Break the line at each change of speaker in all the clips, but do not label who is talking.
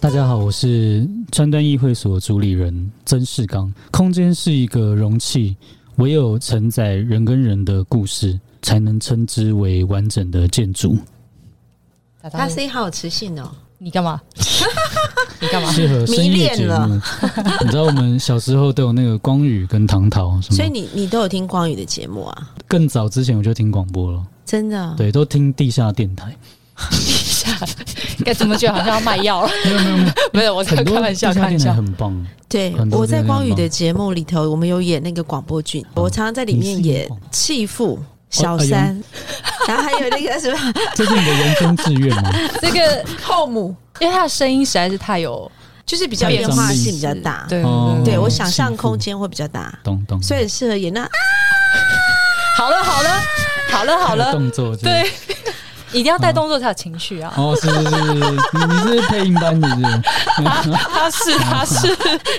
大家好，我是川端议会所主理人曾世刚。空间是一个容器，唯有承载人跟人的故事，才能称之为完整的建 筑。
他
他声音好有磁性哦，
你干 嘛？你干嘛？
适合深夜节 目。你知道我们小时候都有那个光宇跟唐桃什么，
所以你你都有听光宇的节目啊？
更早之前我就听广播了，
真的？
对，都听地下 电台。
该怎么觉得好像要卖药了？
没有没有没有，
没有，我在
很多
开玩笑，
地
开
下
玩
电台
笑。
很棒。
对
很，多
我在
这样
光宇
吗
的节目里头，我们有演那个广播剧，
嗯
我常常在里面
你是演
演
广
弃妇小
哎呦
三， 然后还有那个 什么
这是你的人生志愿吗？
这个，
后母，
因为他的声音实在是太有
就是比较
变
变
化
化
力
性比较大。
对
哦
对
对，我
想
想象
幸福
空间会比较大，
懂懂。
所以很适合演 那
好了好了好了好
还有
了，
嗯动作之类的
对， 一定要带动作才有情绪啊！
哦，是是是，是你你是配音班的是不是？
他
啊
是他是，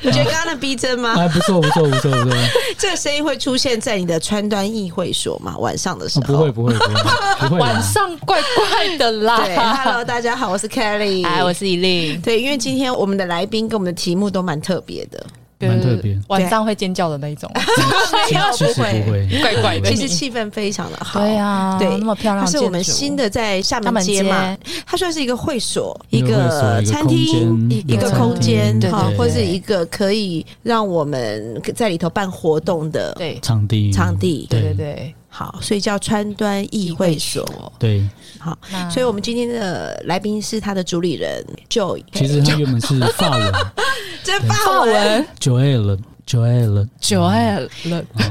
你觉得刚刚的逼真吗？
哎，不错不错不错 不错，
这个声音会出现在你的川端议会所吗？晚上的时
哦
候？
不会。不会不会不啊会
晚
啦，
上怪怪的
对
啦。
，Hello，大家好，我是 Kelly。
哎，我是依令，
对，因为今天我们的来宾跟我们的题目都蛮特别的。
蛮特别，
晚上会尖叫的那一种，
其
有
其实不会，
怪怪的
其实
你
气氛非常的好。
对啊，
对
那么漂亮的
它
建
是
筑，
我们新的在厦门街嘛，它算是一个会所、
一个
个
会所一个
餐厅
空、间
一
一
个
个
空间
餐
厅
哈
对对，对
或是一个可以让我们在里头办活动的。
对
场地
场地
对对
对
对，
好，所以叫川端议会所。嗯
对，
好，
那
所以我们今天的来宾是他的主理人 Joy。
其实他原嗯本是法文
这
法
法文，
文
Joel Joel，
九爱了，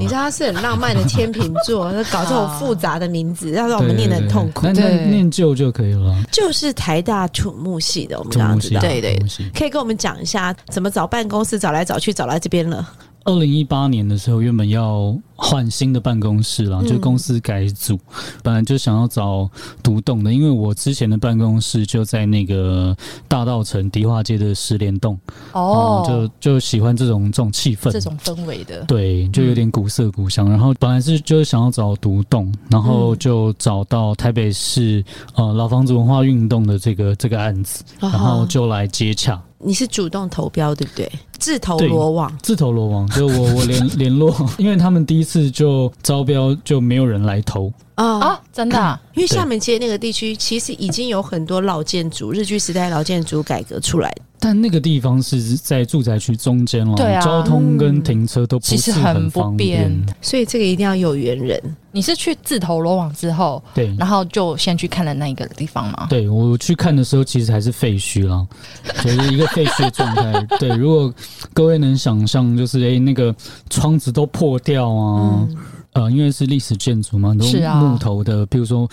你知道他是很浪漫的天秤 座，他搞这种复杂的名字，要让我们念得很痛苦。
那那
对
念旧就可以了，
就是台大土木系的，我们
土
刚
木
刚知
系
道。
对对
土木系。
可以跟我们讲一下怎么找办公室，找来找去，找来这边了。
二零一八年的时候，原本要换新的办公室啦，
嗯
就公司改组，本来就想要找独栋的，因为我之前的办公室就在那个大道城迪化街的十联栋，
哦，
嗯就就喜欢这种这种气氛，
这种嗯氛围的，
对，就有点古色古香。然后本来是就是想要找独栋，然
嗯
后就找到台北市呃老房子文化运动的这个这个案子，
哦
然
然
啊
后就来接洽，
你是主动投标，对不对？自投
对
罗网，
自投罗网。就我我联 联络，因为他们第一次就招标就没有人来投，
啊、
啊，真的啊，
因为厦门街那个地区其实已经有很多老建筑，日据时代老建筑改革出来的。
但那个地方是在住宅区中间了，
对啊
交通跟停车都
其
不
实
是
很不
方
便
便。
所以这个一定要有缘人，
你是去自投罗网之后，
对。
然后就先去看了那一个地方吗？
对我去看的时候，其实还是废墟啦， 就是一个废墟的 状态。对，如果各位能想象，就是诶那个窗子都破掉啊，呃，因为是历史建筑嘛，很多
嗯是啊
木头的，比如说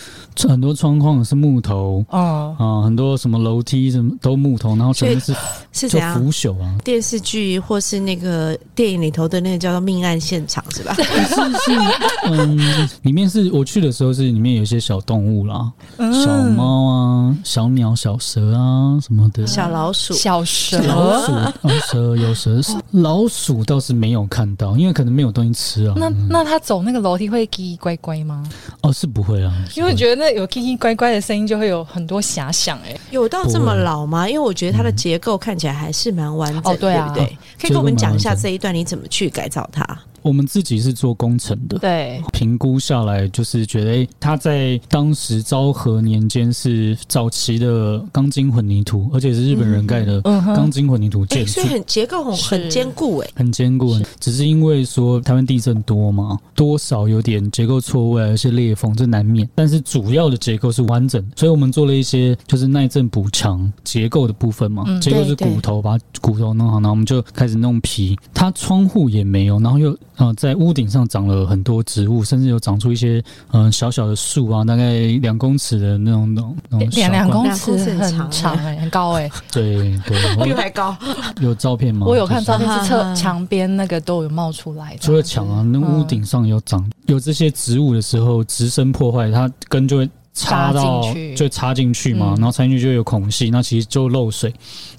很多窗框是木头
嗯，
啊、很多什么楼梯什么都木头，然后全部是
是怎
就
样？
腐朽啊，
电视剧或是那个电影里头的那个叫做命案现场是吧？
嗯，里面是我去的时候是里面有一些小动物啦，嗯
嗯
小猫啊、小鸟、小蛇啊什么的，
小老鼠，
小蛇，
老鼠、哦、蛇有蛇，老鼠倒是没有看到，因为可能没有东西吃啊。
那那他走那个楼梯会叽叽乖乖吗？
哦，是不会啊，
因为我觉得那有叽叽乖乖的声音，就会有很多遐想、欸。
有到这么老吗？因为我觉得它
嗯
的结构看起来还是蛮完整的，
哦对啊
不对？可以跟我们讲一下这一段你怎么去改造它？
我们自己是做工程的，
对，
评估下来就是觉得，哎、它在当时昭和年间是早期的钢筋混凝土，而且是日本人盖的
嗯
钢
哼，
筋混凝土
哎、
建筑。
所以很结构很很坚固哎、
很坚固，只是因为说台湾地震多嘛，多少有点结构错位，而且裂缝，这难免。但是主要的结构是完整，所以我们做了一些就是耐震补强结构的部分嘛。
嗯
结构
对
是
对
骨头，把骨头弄好，然后我们就开始弄皮。它窗户也没有，然后又呃，在屋顶上长了很多植物，甚至有长出一些嗯、呃、小小的树啊，大概两公尺的那种那种那种小
两两
灌
公
两
尺
公尺很
很长
长欸
哎、很高哎、
对 对，
比我
我
还高，
有照片吗？
我有看
哦就是
照片是
哈
侧
哈
墙边那个都有冒出来的，
除了墙啊，那屋顶上有长、有这些植物的时候，直生破坏，它根就会插
插
到
进去
就插进去嘛，
嗯
然后插进去就有孔隙，那其实就漏水，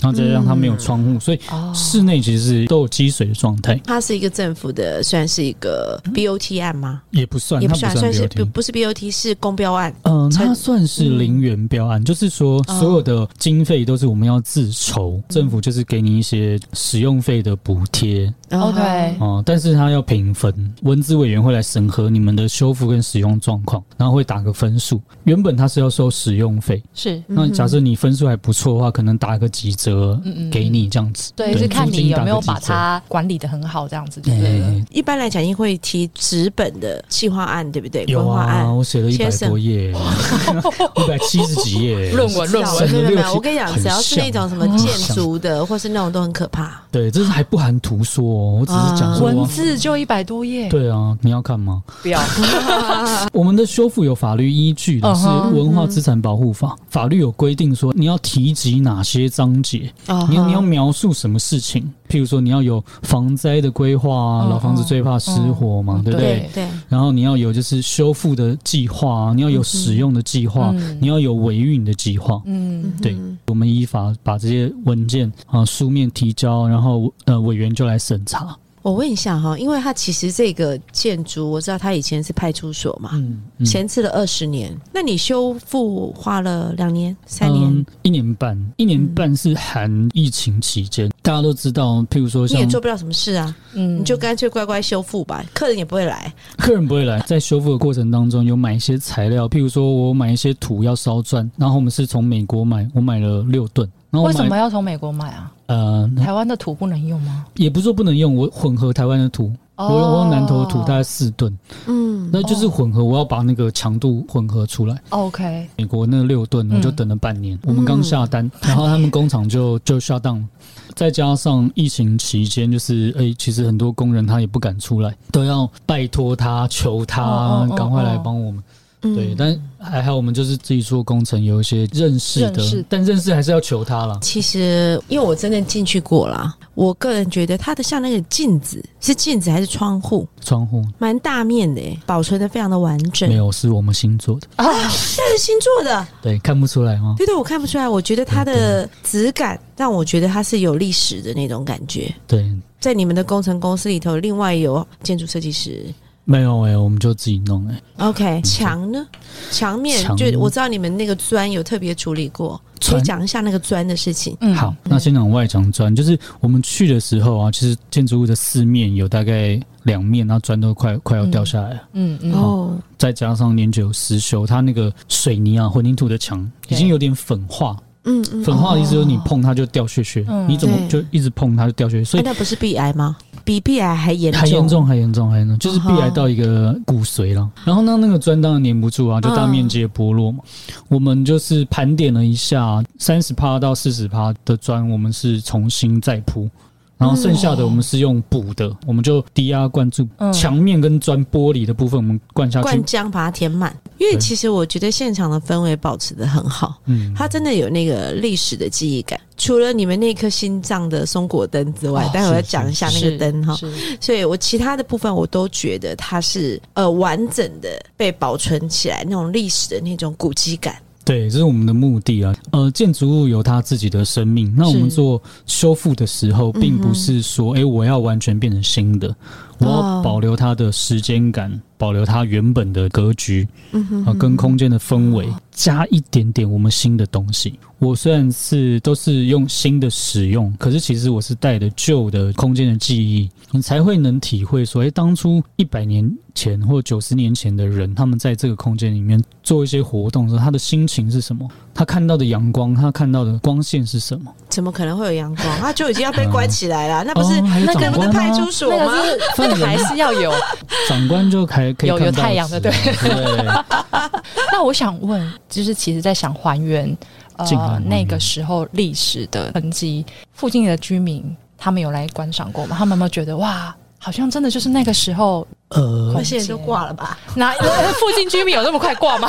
然后再让它没有窗户，所以
哦
室内其实是都有积水的状态，
它是一个政府的，算是一个 BOT 案吗？
也不嗯算，
也
它
不
不
算，算
算
是不。
BOT
不是 BOT 是公标案，
嗯，它
成
算是零元标案，就是说
哦
所有的经费都是我们要自筹，政府就是给你一些使用费的补贴，
嗯
哦对
哦、但是它要评分，文资委员会来审核你们的修复跟使用状况，然后会打个分数。原本它是要收使用费，
是
嗯
那
哼
假设你分数还不错的话，可能打个几折
嗯嗯
给你这样子。
对，是看
租金
你有
打个
没有
几
把
折。
它管理的很好，这样子就
哎、
对了。
一般来讲，议会提纸本的企划案，对不对？
有
文化
啊，
案。
我写了一
先
百
生
多页， 一百七十几页
论文论文
没
省
有没有
了
没
六
有，我跟你讲，只要是那种什么建筑的，或是那种都很可怕。
对，这是还不含图说哦，我只是讲说、
文字就一百多页，
对啊，你要看吗？
不要
我们的修复有法律依据的，
嗯
是
哼
《文化资产保护法》，法律有规定说你要提及哪些章节， 你要你要
哦
嗯
描述什么事情，譬如说你要有防灾的规划啊，
嗯
老房子最怕失火嘛，
嗯
对不对？
对，
然后你要有就是修复的计划啊，你要有使用的计划，
嗯
你要有维运的计划。
嗯，
对我们依法把这些文件啊书面提交，然后呃委员就来审查。
我问一下哈，因为它其实这个建筑，我知道它以前是派出所嘛，
嗯，嗯
闲置了二十年，那你修复花了两年、三年
嗯，一年半，一年半是含疫情期间，大家都知道，譬如说
你
像
也做不了什么事啊，
嗯
你就干脆乖乖修复吧，客人也不会来。
客人不会来，在修复的过程当中有买一些材料，譬如说我买一些土要烧砖，然后我们是从美国买，我买了六吨，然后我
为
哦买
什么要从美国买啊？
呃，那
台湾的土不能用吗？
也不是说不能用，我混合台湾的土，我用我用南投的土大概四吨，
嗯，
那就是混合，我要把那个强度混合出来。
哦 OK，
美国那六吨，
嗯
我就等了半年。我们刚下单，然后他们工厂就就下档，再加上疫情期间，就是哎、其实很多工人他也不敢出来，都要拜托他、求他
哦哦哦
赶快来
哦
帮我们。
嗯
对，但还好我们就是自己做工程，有一些认识的，
认识
但认识还是要求他啦。
其实，因为我真的进去过啦，我个人觉得它的像那个镜子，是镜子还是窗户，
窗户
蛮大面的耶，保存的非常的完整
没。有是我们新做的，
但是星座的，
对，看不出来哦吗？
对对，我看不出来。我觉得它的质感让我觉得它是有历史的那种感觉。
对，
在你们的工程公司里头，另外有建筑设计师。
没有哎、我们就自己弄哎、
OK，墙呢？墙面
墙
就我知道你们那个砖有特别处理过，可以
砖
讲一下那个砖的事情。
嗯，
好，那先讲外墙砖，就是我们去的时候啊，其实建筑物的四面有大概两面，那砖都快快要掉下来了。
嗯嗯，
哦，
再加上年久失修，它那个水泥啊、混凝土的墙已
对
经有点粉化。
嗯嗯，
粉化的意思就是你
哦
碰它就掉屑屑，
嗯
你怎么就
对
一直碰它就掉屑屑，所
哎
以
那不是壁癌吗？比壁癌还严重，
还严重，还严重，还严重，就是壁癌到一个骨髓了。然后呢，那个砖当然粘不住啊，就大面积的剥落嘛。我们就是盘点了一下，三十趴到四十趴的砖，我们是重新再铺。然后剩下的我们是用补的，我们就低压灌注
嗯
墙面跟砖玻璃的部分，我们灌下
灌
去。
浆把它填满。因为
对
其实我觉得现场的氛围保持的很好，
嗯，
它真的有那个历史的记忆感。除了你们那颗心脏的松果灯之外
哦，
待会儿要
是
讲一下那
是
个灯哈。
是
所以我其他的部分我都觉得它是呃完整的被保存起来，那种历史的那种古迹感。
对，这是我们的目的啊。呃，建筑物有它自己的生命，那我们
是
做修复的时候，并
嗯
不
哼
是说，哎、我要完全变成新的，我
哦
要保留它的时间感，保留它原本的格局
嗯哼
啊、跟空间的氛围，加一点点我们新的东西。我虽然是都是用新的使用，可是其实我是带着旧的空间的记忆，你才会能体会说，哎、当初一百年前或九十年前的人，他们在这个空间里面做一些活动的时候，他的心情是什么？他看到的阳光，他看到的光线是什么？
怎么可能会有阳光？它就已经要被关起来了，那不是
哦还有
那个
长
不是
官
派
啊，
出所
那
哦吗？
个是那
犯
个
人
还是要有。
长官就还可以
有有
看到
太阳的
纸啊 对。
那我想问，就是其实在想还原
尽量
呃
还原
那个时候历史的痕迹，附近的居民他们有来观赏过吗？他们有没有觉得哇？好像真的就是那个时候，
呃，
那些人都挂了吧？
哪附近居民有那么快挂吗？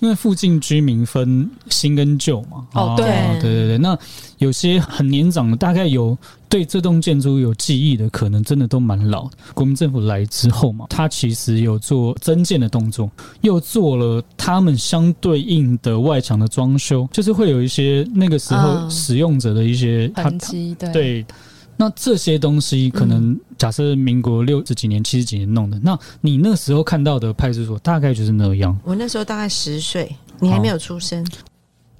因为附近居民分新跟旧嘛。
哦对
对对对，那有些很年长的，大概有对这栋建筑有记忆的，可能真的都蛮老的。国民政府来之后嘛，他其实有做增建的动作，又做了他们相对应的外墙的装修，就是会有一些那个时候
嗯
使用者的一些他
痕迹嗯对
对，那这些东西可能假设民国六十几年、七十几年弄的，那你那时候看到的派出所大概就是那样。
我那时候大概十岁，你还没有出生，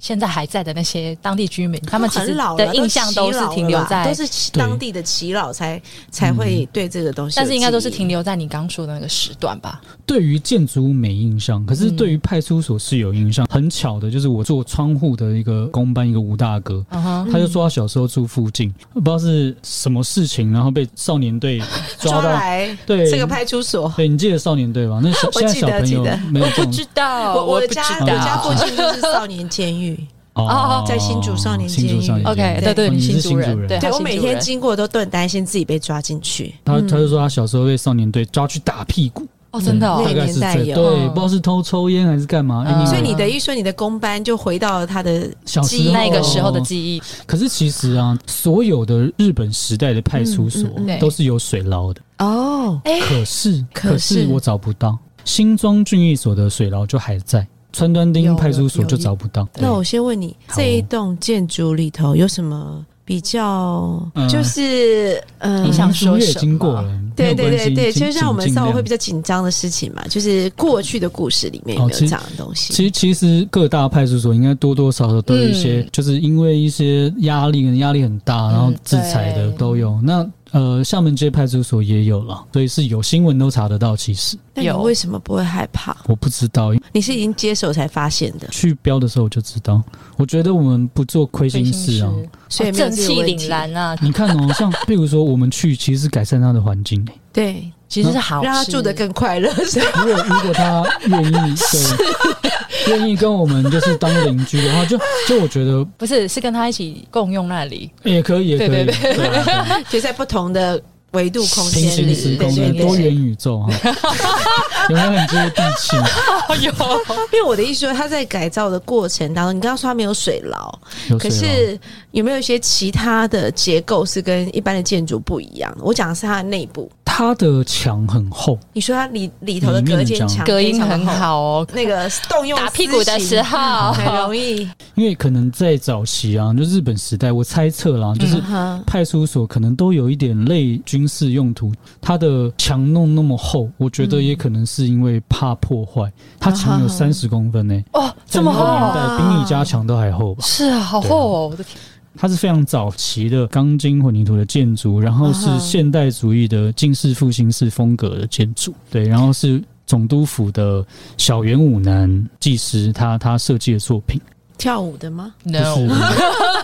现在还在的那些当地居民，他们其
很
实
老了
的印象都
耆
是
老了
停留
吧
在
都，是耆
对
当地的耆老才才会对这个东西有记忆，
但是应该都是停留在你刚说的那个时段吧？
对于建筑物没印象，可是
嗯
对于派出所是有印象。很巧的就是我做窗户的一个工班，一个吴大哥。
嗯哼，
他就说他小时候住附近，不知道是什么事情，然后被少年 队抓
抓
到。
来
对，
这个派出所。
对，你记得少年队吧？那小
我
现在
记
小
得
朋友
记得
没有这种
知道
我我
不
家
知
我家
道
附。近就是少年监狱，
哦
在新竹少年
新
监
竹
狱
少年
OK，
监狱
对对，
哦
你
你是
新
新
竹
竹
人，
人
对，
对
他
我
新
每
竹
天
人
经过都很担心自己被抓进去。
他他就说他小时候被少年队抓去打屁股，
哦，真的
大
哦
那，
概是这
那个年代有
对，不知道是偷抽烟还是干嘛。
嗯
anyway，
所以你的一说，你的公班就回到他的
小时
记
候哦
忆
那个时候的记忆，
可是其实啊，所有的日本时代的派出所
嗯嗯
嗯对
都是有水牢的，
哦，
哎，
可是
可
可是
是
我找不到新庄郡役所的水牢就还在，川端町派出所就找不到。
那我先问你，
好
这一栋建筑里头有什么比较
嗯，
就是嗯
你，想说
我们也
什么
经过了，
对对对对，就像
像
我们稍微会比
较。
较紧张的事情嘛，就是过去的故事里面有
哦
没有
其
这
实
样的东西？
其实，其实各大派出所应该多多少少都有一些，
嗯
就是因为一些压力，压力很大，然后制裁的
对
都有。那呃，厦门街派出所也有了，所以是有新闻都查得到。其实
那你
有
为什么不会害怕？
我不知道，
你是已经接手才发现的，
去标的时候我就知道。我觉得我们不做亏
最
心事啊。
所以没有
哦正
这个
气
问题
凛。然啊，
你看哦，像比如说我们去，其实是改善他的环境、欸。
对，
其实是好事，
嗯让他住得更快乐。
如果如果他愿意，对，愿意跟我们就是当邻居的话，就就我觉得
不是是跟他一起共用那里，
也可以，也可以，
对对
对啊对啊
就在不同的维度空
平
间
行
里，
时
对
空
对
的
对
多元宇宙哈， 有没有很接地气？
哎
哦有，
因为我的意思说，他在改造的过程当中，你刚刚说他没有水牢，
有啊
可
水
是有没有一些其他的结构是跟一般的建筑不一样的？我讲的是它的内部，
它的墙很厚，
你说它里里头的
里面
隔
的
间
墙
墙
隔
非
音
常
很
厚，
好哦，
那个动用
打屁股的
私
时
刑
候
很容易，
因为可能在早期啊，就日本时代，我猜测啦，就是
嗯哼
派出所可能都有一点类军事用途，它的墙弄那么厚，我觉得也可能是因为怕破坏。它墙有
啊哈
三十公分呢、
哦
在
这么
那个年
厚，
代比你家墙都还厚吧？
是啊，好厚哦，我的天，
它是非常早期的钢筋混凝土的建筑，然后
啊哈
是现代主义的近世复兴式风格的建筑，对，然后是总督府的小原武男技师他他设计的作品，
跳舞的吗？
就是
No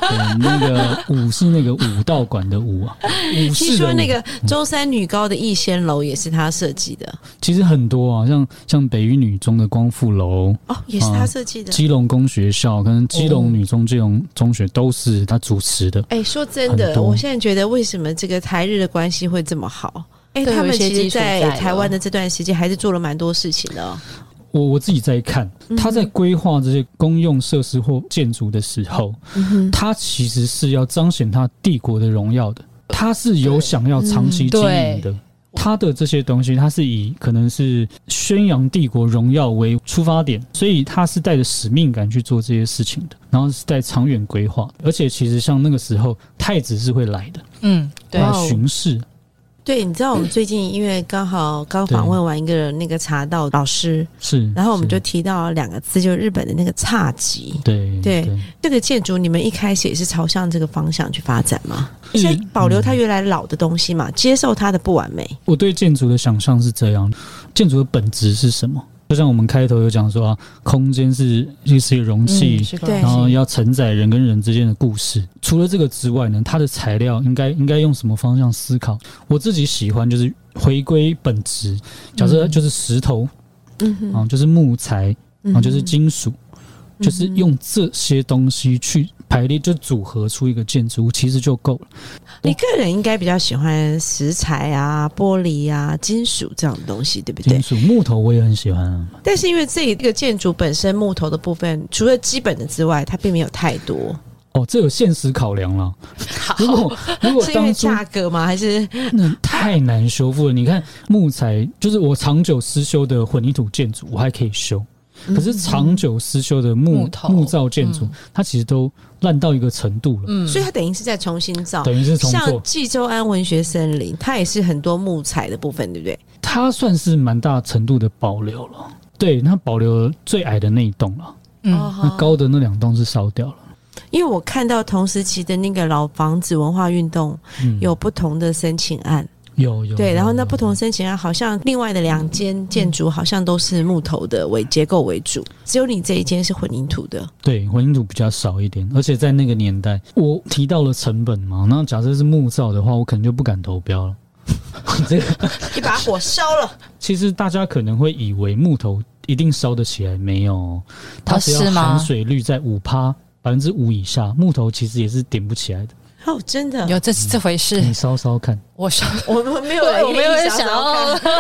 对那个武是那个武道馆 的武啊，武
听
士的
说
武
那个中山女高的逸仙楼也是他设计的
其实很多啊，像像北一女中的光复楼、
哦，也是他设计的。
基隆工学校跟基隆女中、基隆中学都是他主持的。
哎、说真
很
的，
多
我现在觉得为什么这个台日的关系会这么好？哎、
都有
他们
一些
其实，
基础在了
台湾的这段时间还是做了蛮多事情的、哦。
我我自己在看，他在规划这些公用设施或建筑的时候，
嗯哼，
他其实是要彰显他帝国的荣耀的，他是有想要长
嗯
期经营的。他的这些东西，他是以可能是宣扬帝国荣耀为出发点，所以他是带着使命感去做这些事情的，然后是带长远规划。而且其实像那个时候，太子是会来的，
嗯，对
来
哇哦
巡视。
对，你知道我们最近因为刚好刚访问完一个那个茶道老师，
是，
然后我们就是提到两个字，就是日本的那个侘寂。
对
对这个建筑你们一开始也是朝向这个方向去发展吗？
是嗯
先保留它原来老的东西嘛，接受它的不完美。
我对建筑的想象是这样：建筑的本质是什么？就像我们开头有讲说啊，空间是是一个容器，
嗯是个
对
东
然
西
后要承载人跟人之间的故事。除了这个之外呢，它的材料应该应该用什么方向思考？我自己喜欢就是回归本质，假设就是石头，
嗯
啊、
哼，
就是木材，啊、
嗯哼
就是金属。就是用这些东西去排列，就组合出一个建筑物，其实就够了。
你个人应该比较喜欢石材啊、玻璃啊、金属这样的东西，对不对
金？属木头我也很喜欢啊，
但是因为这一个建筑本身木头的部分，除了基本的之外，它并没有太多。
哦，这有现实考量了。如果如果
是因为
当初
价格吗？还是
那太难修复了。你看木材，就是我长久失修的混凝土建筑，我还可以修。
嗯
可是长久失修的木
木头
木造建筑，它其实都烂到一个程度了，哦
嗯，
所以它等于是在重新造？
等于是重
像
做。
济州安文学森林，它也是很多木材的部分，对不对？
它算是蛮大程度的保留了。对，它保留了最矮的那一栋了，
哦
嗯，
那高的那两栋是烧掉了。
因为我看到同时期的那个老房子文化运动
嗯，
有不同的申请案，
有有
对，
有
然后那
有
不同申请案好像另外的两间建筑好像都是木头的为结构为主，只有你这一间是混凝土的。
对，混凝土比较少一点，而且在那个年代，我提到了成本嘛，那假设是木造的话，我可能就不敢投标了。这个
一把火烧了，
其实大家可能会以为木头一定烧得起来，没有哦，它只
是
要
吗
含水率在五趴百分之五以下，木头其实也是点不起来的。
哦，真的，
有这这回事，
你烧 烧看，
我说
我们没有人
我没有
愿意
人
想
想
要
要
看。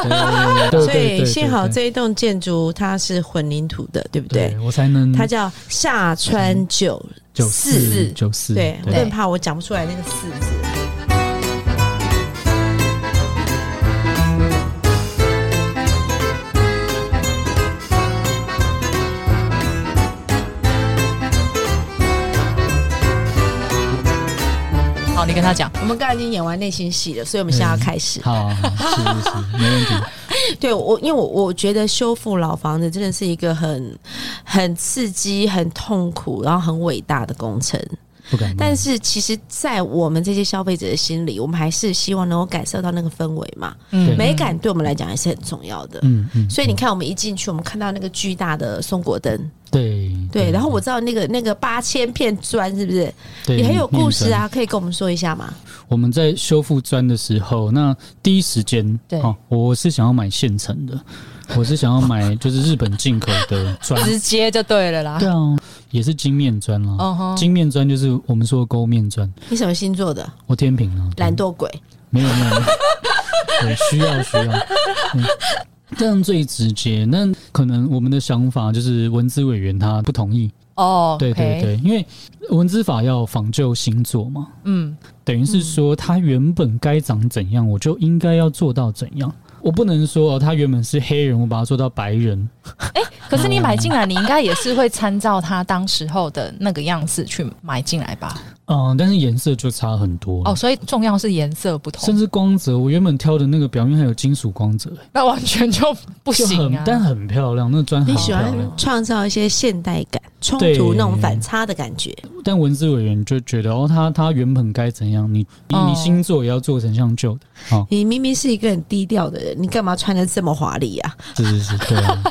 对对对对
所以幸好
对
这一栋建筑它是混凝土的，对不对？
对我嗯才能
它叫下川九
九
四
四，九四
对，我
对
很怕我讲不出来那个四字。
好，你跟他讲，
我们刚才已经演完内心戏了，所以我们现在要开始。
好，是是是，没问题。
对我，因为我我觉得修复老房子真的是一个很很刺激、很痛苦，然后很伟大的工程。
不敢
但
当。
是其实，在我们这些消费者的心里，我们还是希望能够感受到那个氛围嘛。
嗯，
美感对我们来讲还是很重要的。
嗯嗯，
所以你看，我们一进去，我们看到那个巨大的松果灯，
对
对，然后我知道那个那个八千片砖是不是
对
也很有故
面
事
针
啊？可以跟我们说一下吗？
我们在修复砖的时候，那第一时间，
对
哦，我是想要买现成的，我是想要买就是日本进口的 砖，
直接就对了啦
对。啊，也是金面砖啦。
嗯哼，
金面砖就是我们说的勾面砖，
你什么星座的？
我天平啊，对
懒惰鬼。
没有没有，没有对，需要需要。嗯这样最直接，那可能我们的想法就是文资委员他不同意，
哦，
对对
OK，
对，因为文资法要仿就星座嘛，
嗯，
等于是说，它原本该长怎样，我就应该要做到怎样。我不能说哦，他原本是黑人，我把它做到白人。
可是你买进来，你应该也是会参照他当时候的那个样子去买进来吧？
嗯，但是颜色就差很多了
哦，所以重要是颜色不
甚
同，
至光泽，我原本挑的那个表面还有金属光泽、欸
那完全就不
就
行
很
啊。
但很漂亮，那砖很
你喜
漂
欢
亮。
创造一些现代感、冲
对
突那种反差的感觉。
但文字委员就觉得哦，他他原本该怎样，你你
哦
你星座也要做成像旧的。
你明明是一个很低调的人，你干嘛穿的这么华丽啊？
是是是，对、啊，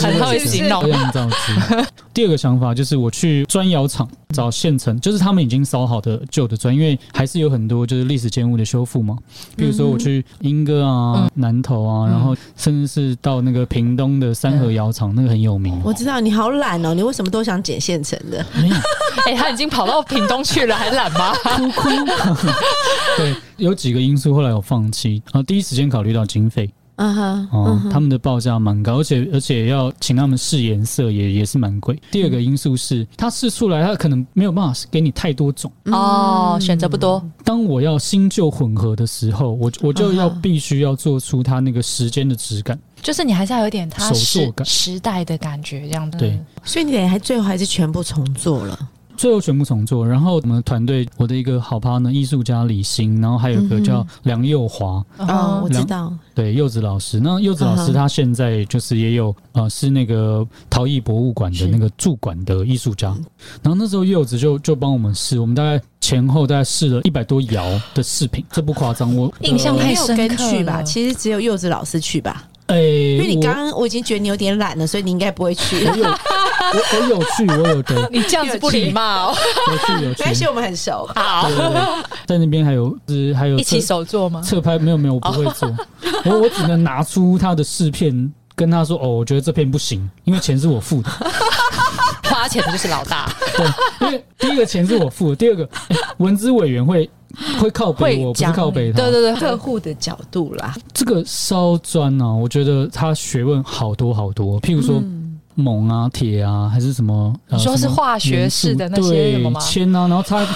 很会形容
酿造机。第二个想法就是我去砖窑厂找现成，就是他们已经烧好的旧的砖，因为还是有很多就是历史建物的修复嘛。比如说我去莺歌啊、南投啊，然后甚至是到那个屏东的三河窑厂，那个很有名嘛。
我知道你好懒哦，你为什么都想剪现成的？
没有
哎、他已经跑到屏东去了，还懒吗？
对，有几个因素后来我放弃啊，第一时间考虑到经费。
嗯哼，
哦，他们的报价蛮高，而且而且要请他们试颜色也也是蛮贵。第二个因素是，它试出来它可能没有办法给你太多种。
哦，
嗯
选择不多，
当我要新旧混合的时候，我我就要
嗯哼
必须要做出它那个时间的质感。
就是你还是要有点他
手
时
作感
时代的感觉，这样子。
对
所以你等于还最后还是全部重做了。
最后全部重做，然后我们的团队，我的一个好 partner 艺术家李欣，然后还有一
嗯
个
哼
叫梁佑华，
嗯
哦，我
哼
知道，
对柚子老师。那柚子老
嗯
师
哼
他现在就是也有呃是那个陶艺博物馆的那个驻馆的艺术家。然后那时候柚子就就帮我们试，我们大概前后大概试了一百多窑的饰品，这不夸 张。我
印象
你
太
没有
深刻了
跟去吧？其实只有柚子老师去吧，
呃哎，
因为你
我
刚刚我已经觉得你有点懒了，所以你应该不会 去。
我有我我有去，我 有的
你这样子不礼貌、哦。
没
有去有
关系，
去。
我们很熟。
好，
对对对在那边还有是还有
一起
侧
手做吗？
侧拍，没有没有，我不会
哦
做，我我只能拿出他的试片，跟他说哦，我觉得这片不行，因为钱是我付的。
划
花钱的就是老大，
对，因为第一个钱是我付的，第二个、哎文资委员会会靠北
会
我，不是
讲
靠北他。
对对对，
客户的角度啦，
这个烧砖呢、我觉得他学问好多好多，譬如说锰啊、铁啊，还是什么？呃、
嗯你说是
什么
化学式的那
元素
些
对
什么吗
铅啊，然 后差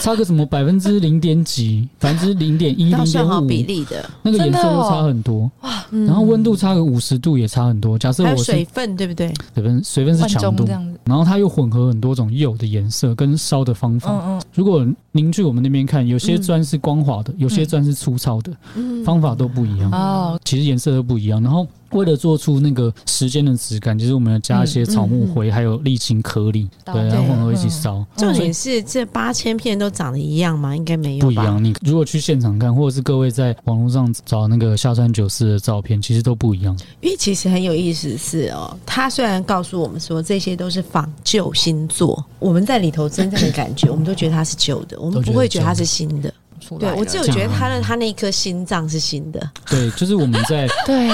差个什么百分之零点几，百分之零点一、
要
零
算好
点五，
比例的，
那个
真
颜
的
色都差
哦
很多。
嗯
然后温度差个五十度也差很多。假设
还有
我是
水分，对不对？
水分，水分是
万
强
中
度
这，样子，
然后它又混合很多种釉的颜色跟烧的方法。
嗯嗯，
如果您去我们那边看，有些砖是光滑的，有些砖是粗糙的，
嗯，
方法都不一样，
哦，
其实颜色都不一样。然后为了做出那个时间的质感，其实我们要加一些草木
嗯
灰，还有沥青颗粒，
到
对，
底
然后混合一起烧。
重点是这八千片都长得一样吗？应该没有吧
不一样，你如果去现场看，或者是各位在网络上找那个下川九四的照片，其实都不一样。
因为其实很有意思是哦，他虽然告诉我们说这些都是仿旧星座，我们在里头真正的感 觉，我们都觉得它是旧的，我们不会觉得它是新的。
出来
对
了
我只有觉得他的他那一颗心脏是新的，
对，就是我们在
对，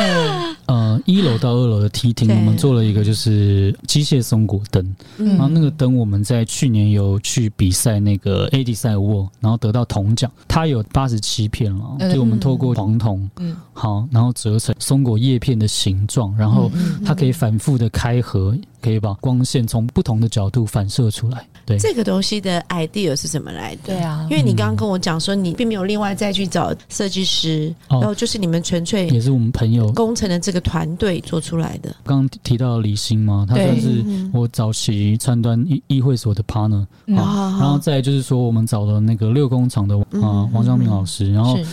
呃，一楼到二楼的梯厅，
对
我们做了一个就是机械松果灯，然后
嗯，
那个灯我们在去年有去比赛那个 AD 赛沃，然后得到铜奖，它有八十七片了，
嗯
所以我们透过黄铜，
嗯
好，然后折成松果叶片的形状，然后它可以反复的开合，可以把光线从不同的角度反射出来。对，
这个东西的 idea 是怎么来的？
对啊
因为你
嗯
刚刚跟我讲说你并没有另外再去找设计师，
哦
然后就是你们纯粹
也是我们朋友
工程的这个团队做出来的。嗯
刚刚提到李欣嘛，他
对
算是我早期川端议议会所的 partner。
嗯
好
哇
然后再就是说，我们找了那个六工厂的
嗯
啊、呃王章明老师，然后
是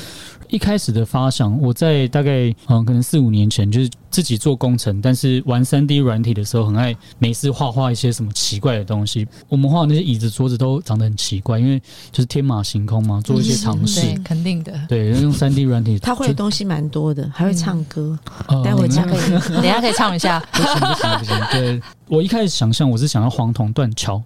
一开始的发想，我在大概嗯、呃可能四五年前就是自己做工程，但是玩三 D 软体的时候，很爱每次画画一些什么奇怪的东西。我们画的那些椅子、桌子都长得很奇怪，因为就是天马行空嘛，做一些尝试。
对，肯定的，
对，用三 D 软体，
嗯他会的东西蛮多的，还会唱歌。
呃
待会
你
讲
们
给你。
等一下可以唱一下，
不行不行不行！对我一开始想象我是想要黄铜断敲，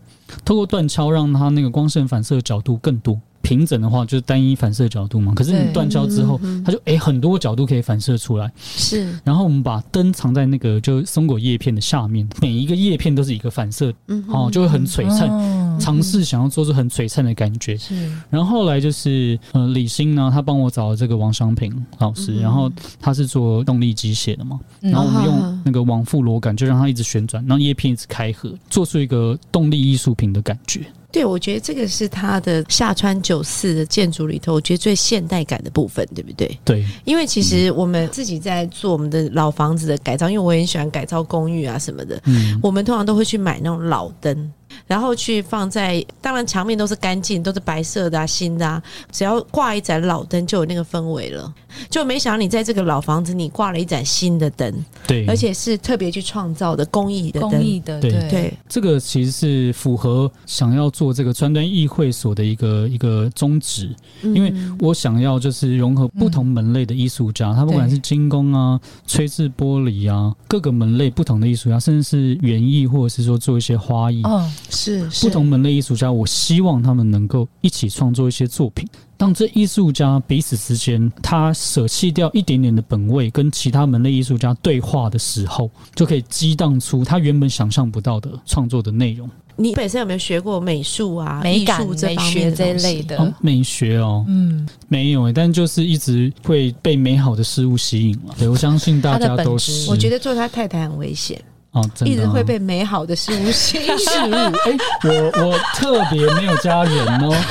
透过断敲让它那个光线反射的角度更多。平整的话就是单一反射角度嘛，可是你
对嗯
断敲之后，它就诶、很多角度可以反射出来。
是，
然后我们把灯藏在那个就松果叶片的下面，每一个叶片都是一个反射，
嗯哼
哦，就会很璀璨。
嗯
尝试想要做出很璀璨的感觉，
是
然后后来就是，呃，李欣呢，他帮我找了这个王商平老师，然后他是做动力机械的嘛，
嗯
然后我们用
啊
那个往复螺杆，就让它一直旋转，让叶片一直开合，做出一个动力艺术品的感觉。
对，我觉得这个是他的下川九四的建筑里头，我觉得最现代感的部分，对不对？
对，
因为其实
嗯
我们自己在做我们的老房子的改造，因为我也很喜欢改造公寓啊什么的，
嗯，
我们通常都会去买那种老灯。然后去放在，当然墙面都是干净，都是白色的啊、新的啊，只要挂一盏老灯就有那个氛围了。就没想到你在这个老房子，你挂了一盏新的灯，
对，
而且是特别去创造的工艺的
嗯公
灯。
益的，
对
对，
对，
这个其实是符合想要做这个川端议会所的一个一个宗旨，
嗯
因为我想要就是融合不同门类的艺术家，他不管是精工啊、吹制玻璃啊，各个门类不同的艺术家，甚至是园艺或者是说做一些花
哦
艺，
嗯，
是是
不同门类艺术家，我希望他们能够一起创作一些作品。当这艺术家彼此之间，他舍弃掉一点点的本位，跟其他门类艺术家对话的时候，就可以激荡出他原本想象不到的创作的内容。
你本身有没有学过美术啊、
美感
艺术、这
美
方
学
面
这一
东西
类？
哦
的，，
美学哦，
嗯，
没有诶，欸但就是一直会被美好的事物吸引 了。对，我相信大
它
家
的本
都
质
是。
我觉得做他太太很危险，
哦，真的啊
一直会被美好的事物吸引。
事物。哎、我我特别没有加人 哦。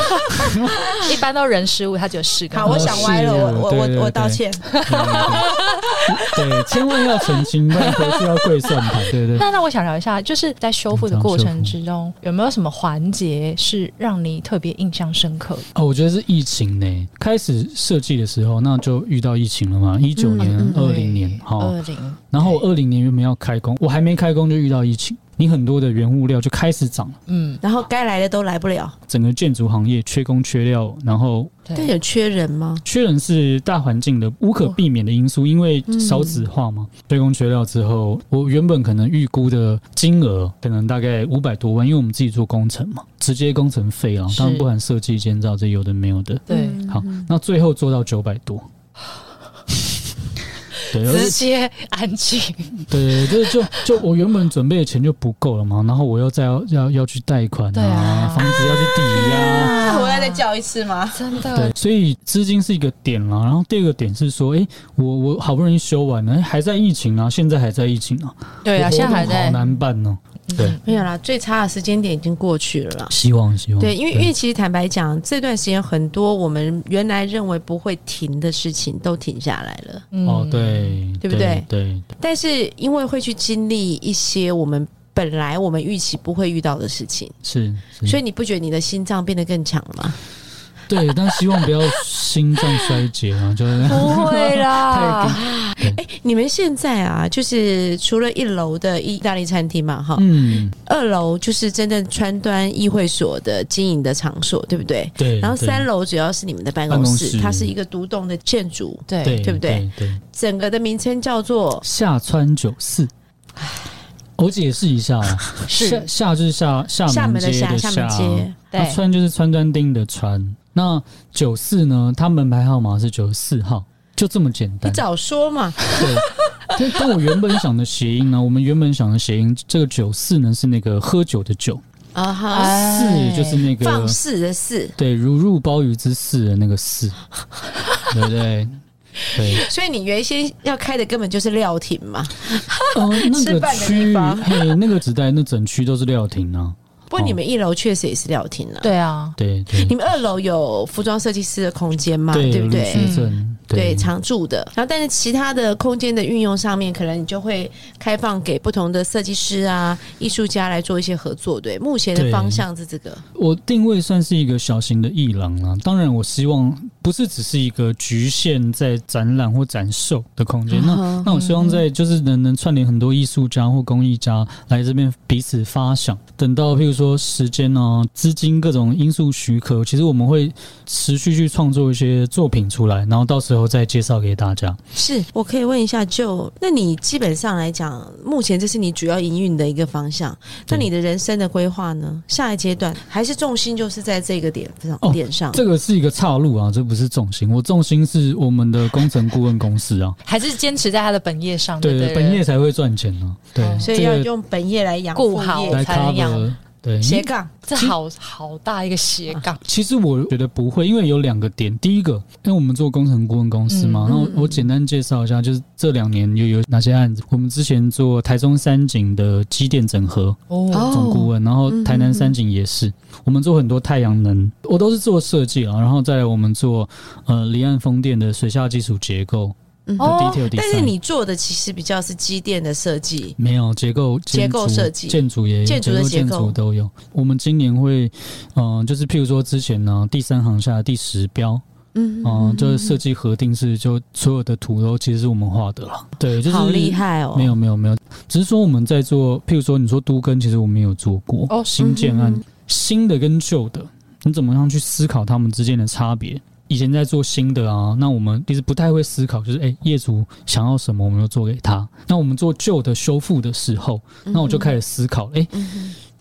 一般都人失误，他只有四个。
好，我想歪了，我
是
我
对对
我
对
我道歉。
对，对千万要澄清，不然回去要跪算盘。对对，
那那我想聊一下，就是在修复的
嗯
过
修
程
复
之中，有没有什么环节是让你特别印象深刻的？
哦，我觉得是疫情呢。开始设计的时候，那就遇到疫情了嘛，一
嗯
九年、二零、年，好、
二零，
然后我二零年原本要开工，我还没开工就遇到疫情，你很多的原物料就开始涨了，
嗯，
然后该来的都来不了，
整个建筑行业缺工缺料，然后
但
对，
有缺人吗？
缺人是大环境的无可避免的因素，因为
嗯
少子化嘛，缺工缺料之后，我原本可能预估的金额可能大概五百多万，因为我们自己做工程嘛，直接工程费啊，
是
当然不含设计、建造
嗯
这有的没有的。
对，
好，那最后做到九百多，对，而
直
且
接安静。
对，就是就就我原本准备的钱就不够了嘛，然后我又再要要要去贷款
对啊
房子要去抵押、啊
那回来再叫一次吗？
真
对
的，，
所以资金是一个点啦。然后第二个点是说，哎、我我好不容易修完了，诶还在疫情啊，现在还在疫情啊，
对啊，
我活
现在还
动
在
好难办哦、对
嗯
没有啦，最差的时间点已经过去了啦。
希望希望
对，因为因为其实坦白讲，这段时间很多我们原来认为不会停的事情都停下来了，
嗯
哦，对，
对不对
对
但是因为会去经历一些我们本来我们预期不会遇到的事情，
是，是
所以你不觉得你的心脏变得更强了吗？
对，但希望不要心脏衰竭啊，就是
不会啦，
你们现在啊，就是除了一楼的意大利餐厅嘛，哈，
嗯，
二楼就是真正川端议会所的经营的场所，对不对？
对。
然后
对
三楼主要是你们的办公
办公
室，
室
它是一个独栋的建筑，
对
对
哎对不对
对对，
整个的名称叫做
下川九四。我解释一下啊， 下
是
下就是下厦
厦门
街
的
的
厦门街。
那
对，
川就是川端町的川。那九四呢？它门牌号码是九十四号，就这么简
你
单。
早说嘛！
对，但但我原本想的谐音呢，我们原本想的谐音，这个九四呢是那个喝酒的酒，
啊哈，
哎
四就是那个
放肆的肆，
对如入鲍鱼之肆的那个肆，对不对？对，
所以你原先要开的根本就是料亭嘛。
哦，那
吃
个
饭的地
区域，
方
嘿，那个时代那整区都是料亭啊。
不过你们一楼确实也是料亭啊。
对啊，
对对，
你们二楼有服装设计师的空间嘛？
对
对不对？
有理学证，
对，常住的。然后，但是其他的空间的运用上面，可能你就会开放给不同的设计师啊、艺术家来做一些合作。对，目前的
对
方向是这个。
我定位算是一个小型的艺廊啦。当然，我希望不是只是一个局限在展览或展售的空间。那
嗯
那我希望在就是能能串联很多艺术家或工艺家来这边彼此发想。等到譬如说时间啊、资金各种因素许可，其实我们会持续去创作一些作品出来，然后到时候再介绍给大家。
是我可以问一下，就那你基本上来讲，目前这是你主要营运的一个方向。那
对
你的人生的规划呢？下一阶段还是重心就是在这个点上、
哦
点上。
这个是一个岔路啊，这不是重心。我重心是我们的工程顾问 公司啊，
还是坚持在他的本业上，
对
对，
本业才会赚钱呢、啊。对，
哦
所以
这个
要用本业来养
顾
副
好
业，
来
才能养
cover 对。
斜杠。
这好好大一个斜杠，
其实我觉得不会，因为有两个点。第一个，因为我们做工程顾问公司嘛，
嗯
那我
嗯
我简单介绍一下，就是这两年有有哪些案子。我们之前做台中三井的机电整合
哦，
总顾问，然后台南三井也是，我们做很多太阳能，我都是做设计啊，然后再来我们做呃离岸风电的水下基础结构
嗯
的
哦
detail design。
但是你做的其实比较是机电的设计，
没有结构、
结构
建筑
设计
建筑也有，
建筑的结
建
构
筑都有。我们今年会，嗯、就是譬如说之前呢，第三行下的第十标，
嗯
嗯、
哦
就是设计核定是就所有的图都其实是我们画的了。对，就是
好厉。害哦！
没有没有没有，只是说我们在做，譬如说你说都跟，其实我们也有做过
哦
新建案，
嗯哼
新的跟旧的，你怎么样去思考他们之间的差别？以前在做新的啊，那我们其实不太会思考，就是哎、诶业主想要什么，我们就做给他。那我们做旧的修复的时候，
嗯
那我就开始思考，哎、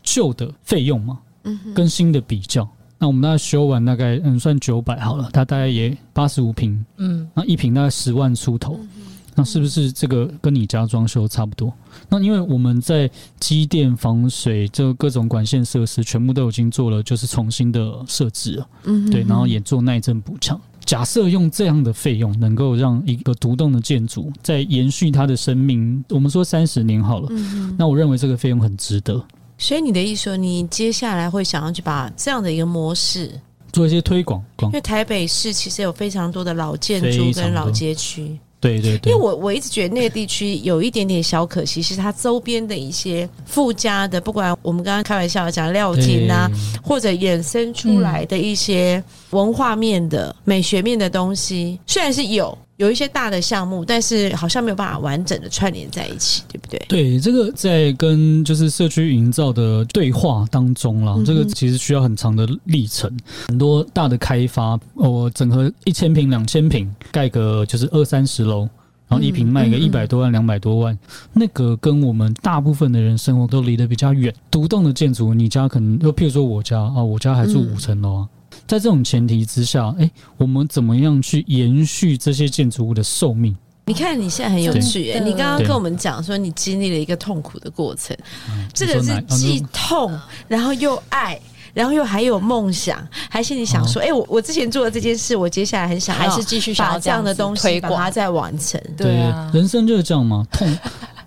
旧的费用嘛，
嗯
跟新的比较。那我们大概修完大概嗯算九百好了，它大概也八十五平，
嗯，
那一平大概十万出头，
嗯
那是不是这个跟你家装修差不多？那因为我们在机电、防水这各种管线设施全部都已经做了，就是重新的设置了，
嗯
对，然后也做耐震补强。假设用这样的费用能够让一个独栋的建筑在延续它的生命，我们说三十年好了，
嗯
那我认为这个费用很值得
所以你的意思说，你接下来会想要去把这样的一个模式，因
做一些推广。广
为台北市其实有非常多的老建筑
非常
跟老
多
街区，
对对
因
对
为，我我一直觉得那个地区有一点点小可惜，是它周边的一些附加的，不管我们刚刚开玩笑讲料金啊，
对
或者衍生出来的一些文化面的、美学面的东西，虽然是有有一些大的项目，但是好像没有办法完整的串联在一起，对不对？
对，这个在跟就是社区营造的对话当中
嗯
啦，这个其实需要很长的历程，很多大的开发，哦我整合一千平、两千平，盖个就是二三十楼。然后一平
嗯
卖个一百多万、两百多万，那个跟我们大部分的人生活都离得比较远。独栋的建筑，你家可能就譬如说我家啊，我家还住
嗯
五层楼啊。在这种前提之下，哎，我们怎么样去延续这些建筑物的寿命？
你看你现在很有趣、欸，
真的
你刚刚跟我们讲说你经历了一个痛苦的过程，
嗯
这个
你说
是
哪哦
既
那
痛，然后又爱。然后又还有梦想，还心里想说：“
哦
哎、我我之前做了这件事，我接下来很想
还
要
是继续想
把
要
这样的
子
东西
推
把它
广，
再完成。
对啊，
人生就是这样嘛，痛，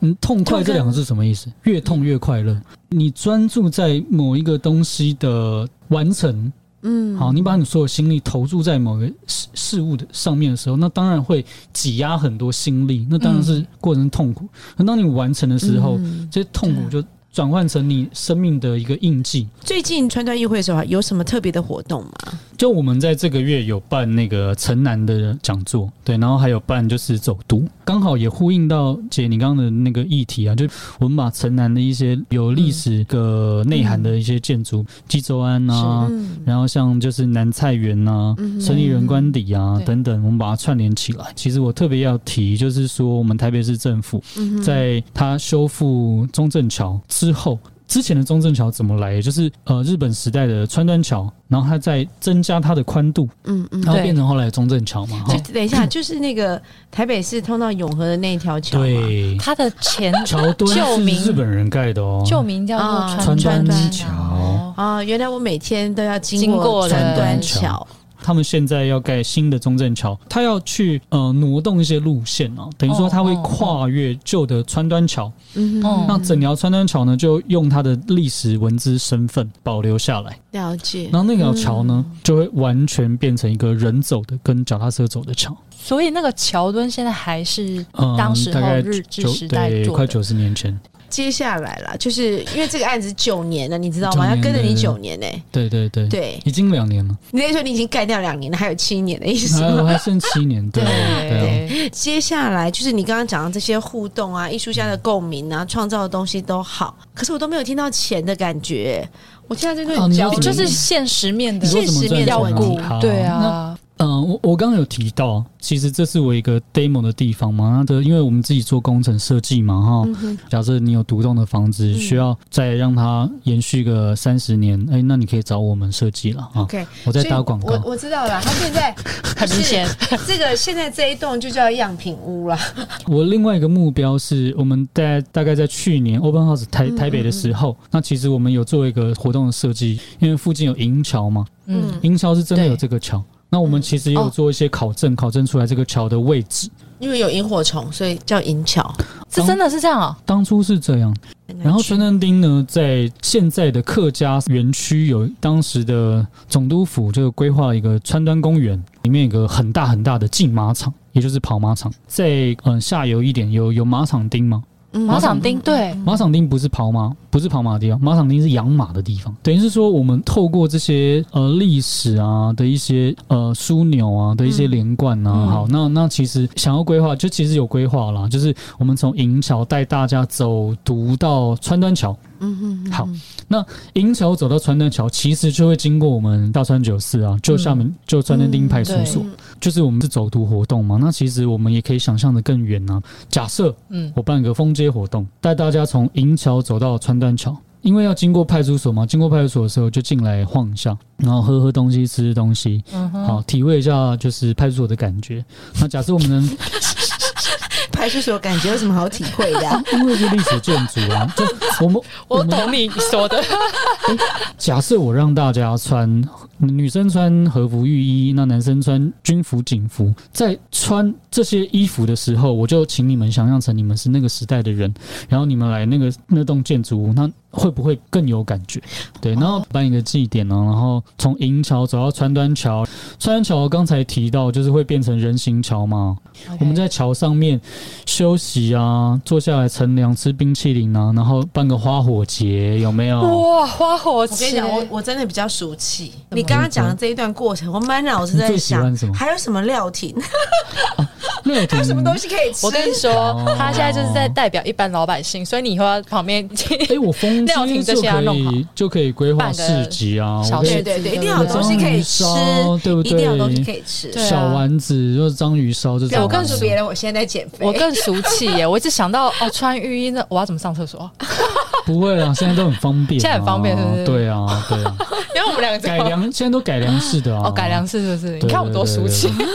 嗯，痛快这两个字什么意思？越痛越快乐。你专注在某一个东西的完成，嗯，好，你把你所有心力投注在某个事事物的上面的时候，那当然会挤压很多心力，那当然是过程痛苦。那、当你完成的时候，
嗯
这些痛苦就转换成你生命的一个印记。
最近川端议会的时候有什么特别的活动吗？
就我们在这个月有办那个城南的讲座，对，然后还有办就是走读，刚好也呼应到姐你刚刚的那个议题啊，就我们把城南的一些有历史的内涵的一些建筑，济、州安啊，
嗯，
然后像就是南菜园啊、生意人官邸啊
嗯对
等等，我们把它串联起来。其实我特别要提，就是说我们台北市政府
嗯
在它修复中正桥之后。之前的中正桥怎么来？就是呃日本时代的川端桥，然后它再增加它的宽度，
嗯嗯，
然后
对
变成后来的中正桥嘛。哈
就等 一下，就是那个台北市通到永和的那一条桥嘛，
对，
它的前
桥墩
旧名
是日本人盖的哦。
旧名叫
啊
做
川
川
端
端
桥
哦
啊，原来我每天都要经
经过
三
了
端
桥
桥，
他们现在要盖新的中正桥，他要去呃挪动一些路线哦、等于说他会
哦哦
跨越旧的川端桥，
嗯
哦
那整条川端桥呢，就用它的历史文字身份保留下来，
嗯
了解。
然后那条桥呢，就会完全变成一个人走的跟脚踏车走的桥。
所以那个桥墩现在还是
嗯，
当时
大
候
概
日治
九
时代
对，
做的
快九十年前，
接下来啦，就是因为这个案子九年了，你知道吗？
九
要
年
跟着你
对
九年呢、欸。
对对对，
对，
已经两 年了，
你那时候你已经干掉两年了，还有七年的意思
还
吗？
有还剩七年，对对啊。
对
接下来就是你刚刚讲的这些互动啊，艺术家的共鸣啊，创造的东西都好，可是我都没有听到钱的感觉。我现在在
啊
跟
你
你
要
交
怎么
流，
哦就是现实面的
你说怎么
现实面
赚
要
钱啊
顾
好，
对
那
啊，
嗯，我我刚刚有提到，其实这是我一个 demo 的地方嘛，它的因为我们自己做工程设计嘛，哈、
嗯
假设你有独栋的房子，需要再让它延续个三十年，哎、那你可以找我们设计了啊。
OK，
我在
所以
打广告
我我知道了，他现在
很明 显，
这个现在这一栋就叫样品屋了。
我另外一个目标是我们在大概在去年 Open House 台台北的时候，那其实我们有做一个活动的设计，因为附近有银桥嘛，
嗯，
银桥是真的有
对
这个桥。那我们其实也有
哦
做一些考证，考证出来这个桥的位置。
因为有萤火虫，所以叫银桥。
是真的是这样哦，
当初是这样，然后
嗯
春丹町呢，在现在的客家园区有当时的总督府就规划了一个川端公园，里面有个很大很大的竞马场，也就是跑马场。在嗯下游一点有有马场町吗？
马场町对，
马场町不是跑马，不是跑马的地方，马场町是养马的地方。等于是说，我们透过这些呃历史啊的一些呃枢纽啊的一些连贯啊，好，那那其实想要规划，就其实有规划啦，就是我们从银桥带大家走读到川端桥。嗯嗯，好，那银桥走到川端桥，其实就会经过我们大川九四啊，就下面、就川端町派出所，
嗯
就是我们是走读活动嘛。那其实我们也可以想象的更远啊，假设
嗯，
我办个封街活动，带大家从银桥走到川端桥，因为要经过派出所嘛，经过派出所的时候就进来晃一下，然后喝喝东西，吃吃东西，好体会一下就是派出所的感觉。那假设我们能
派出所感觉有什么好体会的啊、
因为是历史建筑啊，就我们
我懂你说的，
假设我让大家穿女生穿和服浴衣，那男生穿军服警服，在穿这些衣服的时候，我就请你们想象成你们是那个时代的人，然后你们来那个那栋建筑物，那会不会更有感觉？对，然后办一个祭典呢、啊然后从银桥走到川端桥，川端桥刚才提到就是会变成人行桥嘛，我们在桥上面休息啊，坐下来乘凉、吃冰淇淋啊，然后办个花火节，有没有？
哇，花火
我跟你讲，我我真的比较俗气。你刚刚讲的这一段过程，我满脑子
你
在
最喜
想
欢什么
还有什么料亭，
那
还有什么东西
西？
可以吃
我？跟你说
哦，
他现在就是在代表一般老百姓，所以你以后要旁 边
哎、我风
料
机
亭这
就
些要
可
弄好
以就可以规划
办个
市集啊，我
小
可以
对
吃
对对，一定要
我
有东西可以吃
章鱼烧，对不
一定要有东西可
对？
以吃。
对啊
小丸子就是章鱼烧这
不要
种
告
啊，
诉别人我现在在减肥。
我更俗气耶！我一直想到哦，穿浴衣那我要怎么上厕所？
不会啦，现在都很方便啊，
现在很方便是不是
对啊，对啊，
因为我们两个
改良现在都改良式的啊，
哦，改良是是不是？你看我们多
对
熟悉，，
对对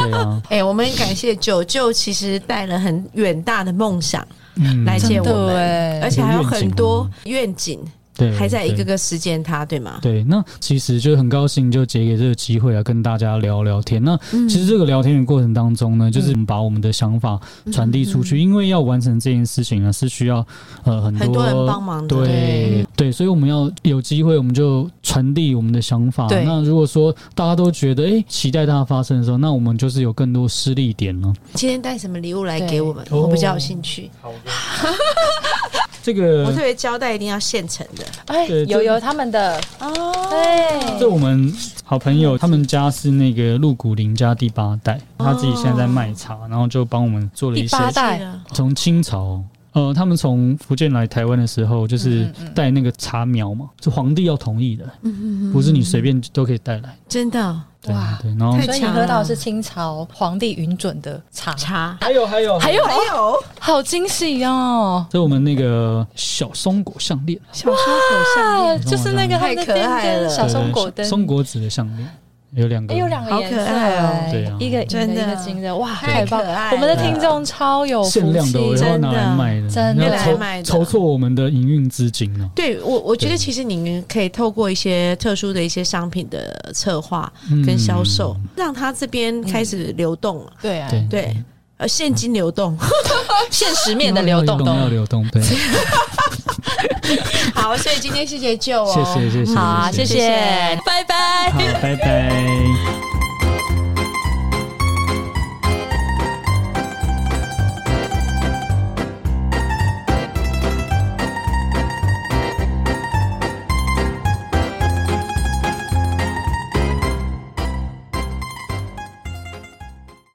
对对啊，
哎、我们很感谢九舅，其实带了很远大的梦想
嗯
来见我们，
对
而且还有很多愿景，
对，
还在一个
对
个实践它，对吗？
对，那其实就很高兴，就借给这个机会来跟大家聊聊天。那其实这个聊天的过程当中呢，就是我们把我们的想法传递出去，因为要完成这件事情呢，是需要呃很多
很多人帮忙的，
对对，所以我们要有机会，我们就传递我们的想法。
对
那如果说大家都觉得哎、诶期待它发生的时候，那我们就是有更多失力点呢。
今天带什么礼物来给我们？
对
我比较有兴趣。
这个
我特别交代一定要现成的，
哎，
对
有
这
有他们的哦，
这
对，
我们好朋友他们家是那个鹿谷林家第八代，他自己现在在卖茶，然后就帮我们做了一
哦第
些
八代
是啊
从清朝。呃，他们从福建来台湾的时候，就是
嗯嗯嗯
带那个茶苗嘛，是皇帝要同意的，不是你随便都可以带来。
真的
对
嗯哇
对，然后
太
所以你喝到的是清朝皇帝允准的茶，
茶
还有还有
还有哎
还有
好惊喜哦！
这是我们那个小松果项链，
小松果项
啊
链，，
就是那个它的
太可爱
电灯
了
小松果
对
灯，
松果子的项链有两个，
哎，有两个
好
颜
可
色
爱哦
哎，
对啊
一个银的，
真的
一个金的，哇，
太
太棒
可爱！了
我们的听众超有福
限量的，我以
气
后，要
真的
拿来卖的，
真的
要
拿来卖的
筹筹措我们的营运资金哦呢。
对我，我觉得
对
其实你们可以透过一些特殊的一些商品的策划
嗯
跟销售，让它这边开始流动了。
对啊，
对
对，呃，现金流动。
嗯
现实面的流动，
要流 动，对，谢
好，所以今天谢谢舅哦，
谢谢谢谢，
好啊，谢
谢谢
谢，拜拜。
好，拜拜。